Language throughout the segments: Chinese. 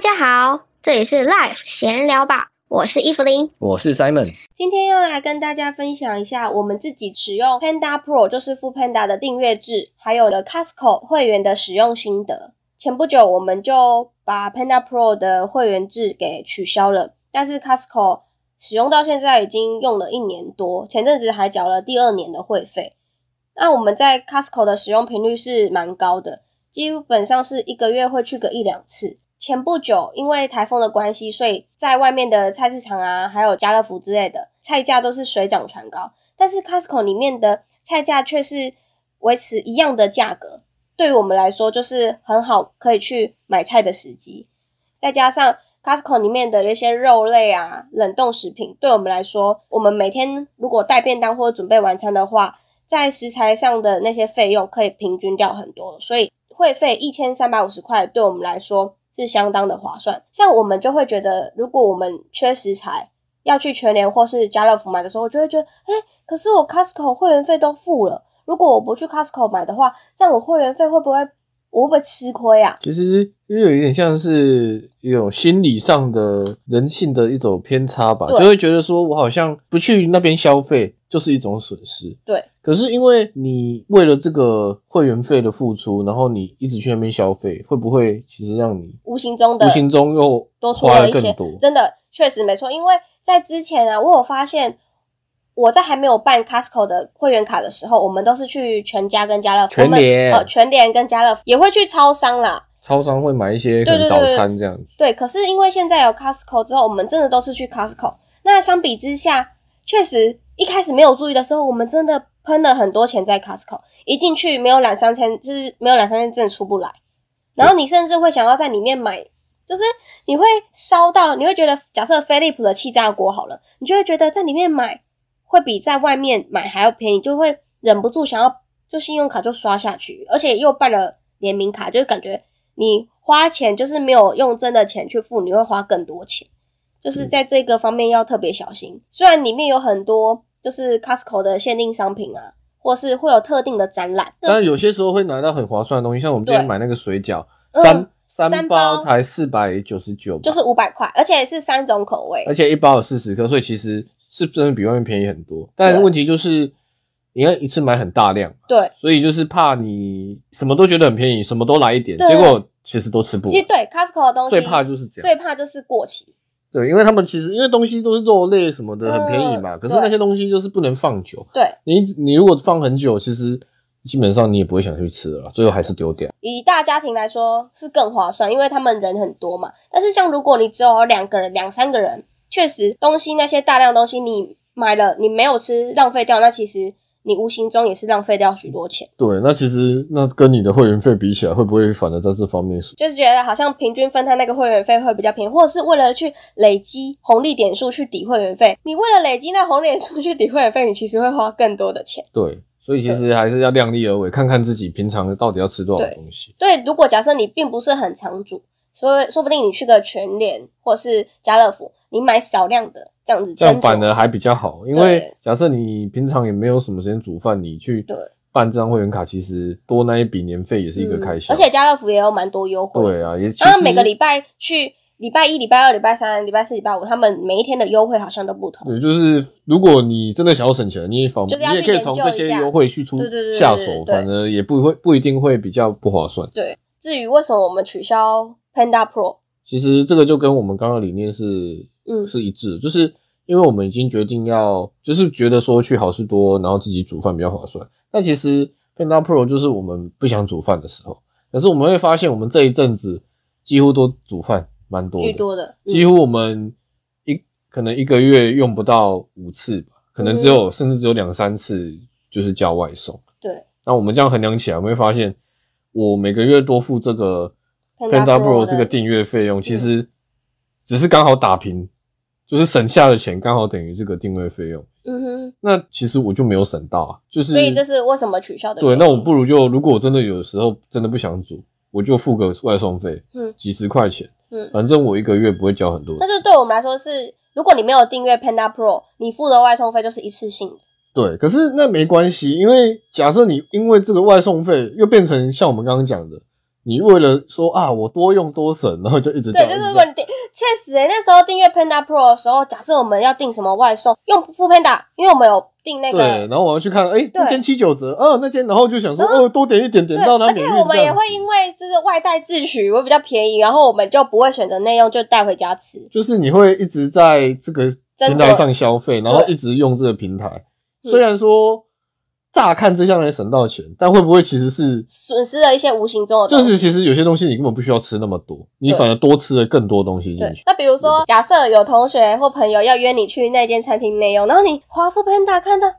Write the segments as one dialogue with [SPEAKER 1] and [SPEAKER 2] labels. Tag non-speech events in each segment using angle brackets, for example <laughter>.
[SPEAKER 1] 家好，这里是 Life 闲聊吧，我是伊芙琳。
[SPEAKER 2] 我是 Simon，
[SPEAKER 3] 今天要来跟大家分享一下我们自己使用 Panda Pro，就是 Food Panda 的订阅制，还有的 Costco 会员的使用心得。前不久我们就把 Panda Pro 的会员制给取消了，但是 Costco 使用到现在已经用了一年多，前阵子还缴了第二年的会费。那我们在 Costco 的使用频率是蛮高的，基本上是一个月会去个一两次。前不久因为台风的关系，所以在外面的菜市场啊，还有家乐福之类的菜价都是水涨船高，但是 Costco 里面的菜价却是维持一样的价格。对于我们来说，就是很好可以去买菜的时机。再加上 Costco 里面的一些肉类啊、冷冻食品，对我们来说，我们每天如果带便当或准备晚餐的话，在食材上的那些费用可以平均掉很多，所以会费一千三百五十块对我们来说是相当的划算。像我们就会觉得，如果我们缺食材，要去全联或是家乐福买的时候，我就会觉得，哎、可是我 Costco 会员费都付了，如果我不去 Costco 买的话，这样我会员费会不会我会不会吃亏啊？
[SPEAKER 4] 其实就有一点像是一种心理上的人性的一种偏差吧，
[SPEAKER 3] 对
[SPEAKER 4] 就会觉得说我好像不去那边消费就是一种损失。
[SPEAKER 3] 对，
[SPEAKER 4] 可是因为你为了这个会员费的付出，然后你一直去那边消费，会不会其实让你
[SPEAKER 3] 无形中的
[SPEAKER 4] 无形中又
[SPEAKER 3] 多出
[SPEAKER 4] 花
[SPEAKER 3] 了
[SPEAKER 4] 了
[SPEAKER 3] 一
[SPEAKER 4] 更
[SPEAKER 3] 些，
[SPEAKER 4] 多？
[SPEAKER 3] 真的确实没错。因为在之前啊，我有发现，我在还没有办 Costco 的会员卡的时候，我们都是去全家跟家乐福，
[SPEAKER 4] 全联
[SPEAKER 3] 我们呃全联跟家乐福也会去超商啦。
[SPEAKER 4] 超商会买一些
[SPEAKER 3] 对
[SPEAKER 4] 可能
[SPEAKER 3] 对
[SPEAKER 4] 早
[SPEAKER 3] 对
[SPEAKER 4] 餐这样子，
[SPEAKER 3] 对，可是因为现在有 Costco 之后，我们真的都是去 Costco。那相比之下，确实一开始没有注意的时候，我们真的喷了很多钱在 Costco，一进去没有两三千，就是没有两三千真的出不来。然后你甚至会想要在里面买，就是你会烧到，你会觉得，假设飞利浦的气炸锅好了，你就会觉得在里面买会比在外面买还要便宜，就会忍不住想要就信用卡就刷下去，而且又办了联名卡，就是感觉你花钱就是没有用真的钱去付，你会花更多钱，
[SPEAKER 4] 嗯
[SPEAKER 3] 就是在这个方面要特别小心。虽然里面有很多就是 Costco 的限定商品啊，或是会有特定的展览，
[SPEAKER 4] 但有些时候会拿到很划算的东西，像我们今天
[SPEAKER 3] 对
[SPEAKER 4] 买那个水饺，
[SPEAKER 3] 嗯
[SPEAKER 4] 三
[SPEAKER 3] 三
[SPEAKER 4] 三
[SPEAKER 3] 包
[SPEAKER 4] 包才四百九十九，
[SPEAKER 3] 就是五百块，而且是三种口味
[SPEAKER 4] 而。且一包有四十颗，所以其实是真的比外面便宜很多。但问题就是，你要一次买很大量，
[SPEAKER 3] 对，
[SPEAKER 4] 所以就是怕你什么都觉得很便宜，什么都来一点，
[SPEAKER 3] 对
[SPEAKER 4] 结果其实都吃不
[SPEAKER 3] 其实
[SPEAKER 4] 完。
[SPEAKER 3] 对 Costco 的东西
[SPEAKER 4] 最怕就是这
[SPEAKER 3] 最
[SPEAKER 4] 样，
[SPEAKER 3] 怕就是过期，
[SPEAKER 4] 对，因为他们其实因为东西都是肉类什么的，
[SPEAKER 3] 嗯
[SPEAKER 4] 很便宜嘛。可是
[SPEAKER 3] 对
[SPEAKER 4] 那些东西就是不能放久，
[SPEAKER 3] 对，
[SPEAKER 4] 你你如果放很久，其实基本上你也不会想去吃了，最后还是丢掉。
[SPEAKER 3] 以大家庭来说是更划算，因为他们人很多嘛。但是像如果你只有两个人、两三个人，确实东西那些大量东西你买了你没有吃浪费掉，那其实你无形中也是浪费掉许多钱，
[SPEAKER 4] 对，那其实那跟你的会员费比起来，会不会反而在这方面是？
[SPEAKER 3] 就是觉得好像平均分摊那个会员费会比较便宜，或者是为了去累积红利点数去抵会员费。你为了累积那红利点数去抵会员费，你其实会花更多的钱。
[SPEAKER 4] 对，所以其实还是要量力而为，看看自己平常到底要吃多少
[SPEAKER 3] 对
[SPEAKER 4] 东西。
[SPEAKER 3] 对，如果假设你并不是很常煮，所以说不定你去个全联或是家乐福，你买少量的这样子
[SPEAKER 4] 这样
[SPEAKER 3] 斟酌
[SPEAKER 4] 反而还比较好，因为
[SPEAKER 3] 对
[SPEAKER 4] 假设你平常也没有什么时间煮饭，你去
[SPEAKER 3] 对
[SPEAKER 4] 办这张会员卡，其实多那一笔年费也是一个开销。
[SPEAKER 3] 嗯而且家乐福也有蛮多优惠。
[SPEAKER 4] 对，啊，也其
[SPEAKER 3] 然
[SPEAKER 4] 实
[SPEAKER 3] 后每个礼拜去，礼拜一、礼拜二、礼拜三、礼拜四、礼拜五，他们每一天的优惠好像都不同。
[SPEAKER 4] 对，就是如果你真的想要省钱，你也反
[SPEAKER 3] 就是要
[SPEAKER 4] 你也
[SPEAKER 3] 去
[SPEAKER 4] 可以
[SPEAKER 3] 研
[SPEAKER 4] 从
[SPEAKER 3] 究
[SPEAKER 4] 这
[SPEAKER 3] 一
[SPEAKER 4] 些
[SPEAKER 3] 下
[SPEAKER 4] 优惠去出
[SPEAKER 3] 对对对对
[SPEAKER 4] 下
[SPEAKER 3] 对
[SPEAKER 4] 手，
[SPEAKER 3] 对
[SPEAKER 4] 反而也不会不一定会比较不划算。
[SPEAKER 3] 至于为什么我们取消 Panda Pro，
[SPEAKER 4] 其实这个就跟我们刚刚的理念是
[SPEAKER 3] 嗯
[SPEAKER 4] 是一致的，就是因为我们已经决定要，就是觉得说去好事多，然后自己煮饭比较划算。但其实 Panda Pro 就是我们不想煮饭的时候，可是我们会发现我们这一阵子几乎都煮饭蛮多的，
[SPEAKER 3] 居多的，嗯
[SPEAKER 4] 几乎我们一可能一个月用不到五次吧，可能只有、甚至只有两三次就是叫外送。
[SPEAKER 3] 嗯对
[SPEAKER 4] 那我们这样衡量起来，我们会发现，我每个月多付这个
[SPEAKER 3] Panda
[SPEAKER 4] Panda
[SPEAKER 3] Pro
[SPEAKER 4] Pro
[SPEAKER 3] 的嗯
[SPEAKER 4] 这个订阅费用，其实只是刚好打平，就是省下的钱刚好等于这个订阅费用。
[SPEAKER 3] 嗯哼，
[SPEAKER 4] 那其实我就没有省到啊，就是
[SPEAKER 3] 所以这是为什么取消的原
[SPEAKER 4] 对。
[SPEAKER 3] 因。
[SPEAKER 4] 那我不如就，如果我真的有时候真的不想煮，我就付个外送费，
[SPEAKER 3] 嗯
[SPEAKER 4] 几十块钱，
[SPEAKER 3] 嗯
[SPEAKER 4] 反正我一个月不会交很多
[SPEAKER 3] 但是对我们来说是，如果你没有订阅 Panda Pro，你付的外送费就是一次性的。
[SPEAKER 4] 对，可是那没关系，因为假设你因为这个外送费又变成像我们刚刚讲的，你为了说啊，我多用多省，然后就一直
[SPEAKER 3] 对，
[SPEAKER 4] 叫
[SPEAKER 3] 就是
[SPEAKER 4] 一直
[SPEAKER 3] 如
[SPEAKER 4] 叫
[SPEAKER 3] 果你订，确实、欸，那时候订阅 Panda Pro 的时候，假设我们要订什么外送，用 f o o Panda，因为我们有订那
[SPEAKER 4] 对，
[SPEAKER 3] 个，
[SPEAKER 4] 然后我要去看，哎、那间七九折，哦，那间，然后就想说，
[SPEAKER 3] 然后
[SPEAKER 4] 哦，多点一点，点到它
[SPEAKER 3] 嗯而
[SPEAKER 4] 免
[SPEAKER 3] 且
[SPEAKER 4] 运
[SPEAKER 3] 我们
[SPEAKER 4] 这
[SPEAKER 3] 也
[SPEAKER 4] 样
[SPEAKER 3] 会因为就是外带自取会比较便宜，然后我们就不会选择内用，就带回家吃。
[SPEAKER 4] 就是你会一直在这个平台上消费，然后一直用这个平台。
[SPEAKER 3] 嗯
[SPEAKER 4] 虽然说乍看之下能省到钱，但会不会其实是
[SPEAKER 3] 损失了一些无形中的东
[SPEAKER 4] 就
[SPEAKER 3] 西。
[SPEAKER 4] 是其实有些东西你根本不需要吃那么多，你
[SPEAKER 3] 对
[SPEAKER 4] 反而多吃了更多东西
[SPEAKER 3] 对
[SPEAKER 4] 进去，。
[SPEAKER 3] 那比如
[SPEAKER 4] 嗯
[SPEAKER 3] 说，假设有同学或朋友要约你去那间餐厅内用，然后你华富 Panda 看到，哎、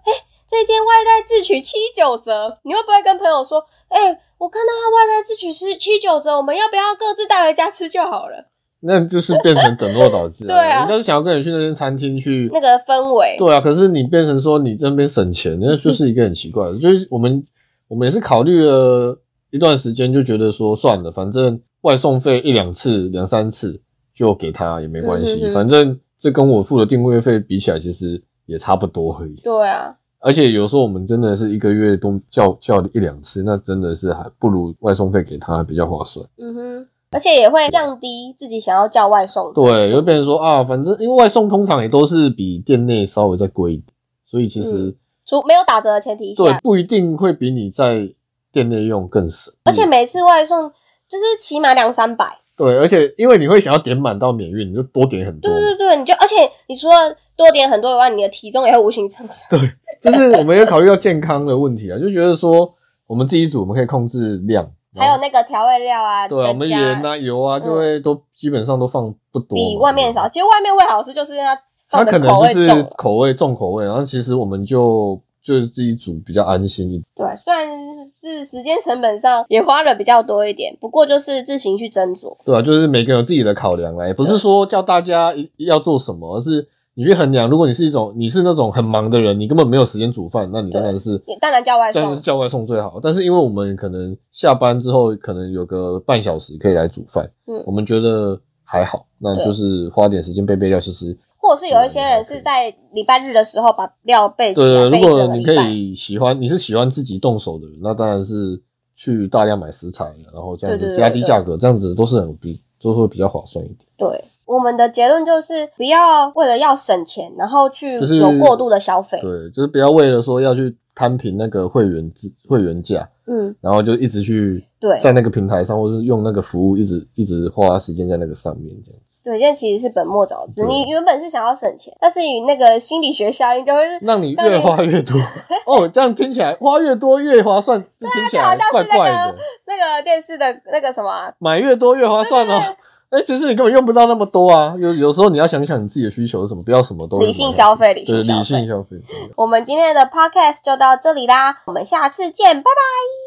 [SPEAKER 3] 这间外带自取七九折，你会不会跟朋友说，哎、我看到他外带自取是七九折，我们要不要各自带回家吃就好了？
[SPEAKER 4] 那就是变成本末倒
[SPEAKER 3] <laughs>
[SPEAKER 4] 置、
[SPEAKER 3] 对啊
[SPEAKER 4] 人家是想要跟你去那间餐厅去，
[SPEAKER 3] 那个氛围，
[SPEAKER 4] 对啊，可是你变成说你这边省钱，那就是一个很奇怪的。就是我们我们也是考虑了一段时间，就觉得说算了，反正外送费一两次、两三次就给他也没关
[SPEAKER 3] 嗯
[SPEAKER 4] 系，
[SPEAKER 3] 哼哼
[SPEAKER 4] 反正这跟我付的订阅费比起来，其实也差不多而已。
[SPEAKER 3] 对啊，
[SPEAKER 4] 而且有时候我们真的是一个月都叫叫一两次，那真的是还不如外送费给他比较划算。
[SPEAKER 3] 嗯哼，而且也会降低自己想要叫外送的。
[SPEAKER 4] 对，就变成说啊，反正因为外送通常也都是比店内稍微再贵一点，所以其实、
[SPEAKER 3] 嗯除没有打折的前提
[SPEAKER 4] 对
[SPEAKER 3] 下，，
[SPEAKER 4] 不一定会比你在店内用更省。嗯
[SPEAKER 3] 而且每次外送就是起码两三百。
[SPEAKER 4] 对，而且因为你会想要点满到免运，你就多点很多
[SPEAKER 3] 对
[SPEAKER 4] 嘛。
[SPEAKER 3] 对对，你就而且你除了多点很多以外，你的体重也会无形上升。
[SPEAKER 4] <laughs> 就是我们也考虑到健康的问题啊，就觉得说我们自己煮，我们可以控制量，
[SPEAKER 3] 还有
[SPEAKER 4] 然后
[SPEAKER 3] 那个调味料啊，
[SPEAKER 4] 对啊，我们
[SPEAKER 3] 人家
[SPEAKER 4] 盐啊、油啊，
[SPEAKER 3] 嗯
[SPEAKER 4] 就会都、基本上都放不多嘛，啊
[SPEAKER 3] 比外面少。其实外面会好吃，就是因为它
[SPEAKER 4] 它
[SPEAKER 3] 放
[SPEAKER 4] 可
[SPEAKER 3] 的
[SPEAKER 4] 能
[SPEAKER 3] 口味
[SPEAKER 4] 就是
[SPEAKER 3] 重了。
[SPEAKER 4] 口味重口味，然后其实我们就就是自己煮比较安心一点。
[SPEAKER 3] 对，虽然是时间成本上也花了比较多一点，不过就是自行去斟酌。
[SPEAKER 4] 对啊，就是每个人有自己的考量啦，也不是说叫大家一要做什么，而是你去衡量。如果你是一种你是那种很忙的人，你根本没有时间煮饭，那你当然是
[SPEAKER 3] 也当然叫外
[SPEAKER 4] 当然是
[SPEAKER 3] 送，啊
[SPEAKER 4] 叫外送最好。但是因为我们可能下班之后可能有个半小时可以来煮饭，
[SPEAKER 3] 嗯
[SPEAKER 4] 我们觉得还好，那
[SPEAKER 3] 对
[SPEAKER 4] 就是花点时间备备料，其实
[SPEAKER 3] 或者是有一些人是在礼拜日的时候把料备齐
[SPEAKER 4] 对，
[SPEAKER 3] 了，
[SPEAKER 4] 如
[SPEAKER 3] 备一整
[SPEAKER 4] 果
[SPEAKER 3] 个
[SPEAKER 4] 你
[SPEAKER 3] 礼
[SPEAKER 4] 可
[SPEAKER 3] 拜。
[SPEAKER 4] 以喜欢，你是喜欢自己动手的人，那当然是去大量买食材，然后这样
[SPEAKER 3] 对对
[SPEAKER 4] 子
[SPEAKER 3] 对
[SPEAKER 4] 压低
[SPEAKER 3] 对
[SPEAKER 4] 价格，这样子都是很比都会比较划算一点。
[SPEAKER 3] 对，我们的结论就是不要为了要省钱，然后去
[SPEAKER 4] 就是
[SPEAKER 3] 有过度的消费。
[SPEAKER 4] 对，就是不要为了说要去摊平那个会员制会员价，
[SPEAKER 3] 嗯，
[SPEAKER 4] 然后就一直去
[SPEAKER 3] 对，
[SPEAKER 4] 在那个平台上，或是用那个服务一直一直花时间在那个上面这样子，
[SPEAKER 3] 对，这其实是本末倒置。
[SPEAKER 4] 对
[SPEAKER 3] 你原本是想要省钱，但是你那个心理学效应就会是
[SPEAKER 4] 让你越花越
[SPEAKER 3] <laughs>
[SPEAKER 4] 多。哦，这样听起来花越多越划算，这听起
[SPEAKER 3] 啊就好
[SPEAKER 4] 来
[SPEAKER 3] 像
[SPEAKER 4] 怪
[SPEAKER 3] 是那
[SPEAKER 4] 怪
[SPEAKER 3] 个
[SPEAKER 4] 的。
[SPEAKER 3] 那个电视的那个什么啊、
[SPEAKER 4] 买越多越划算哦。 <laughs> 哎、其实你根本用不到那么多啊。有有时候你要想想你自己的需求是什么，不要什么都
[SPEAKER 3] 理性消
[SPEAKER 4] 费，
[SPEAKER 3] 费，理
[SPEAKER 4] 对，
[SPEAKER 3] 性消
[SPEAKER 4] 理
[SPEAKER 3] 费
[SPEAKER 4] 性。消费。对
[SPEAKER 3] 我们今天的 podcast 就到这里啦，我们下次见，拜拜。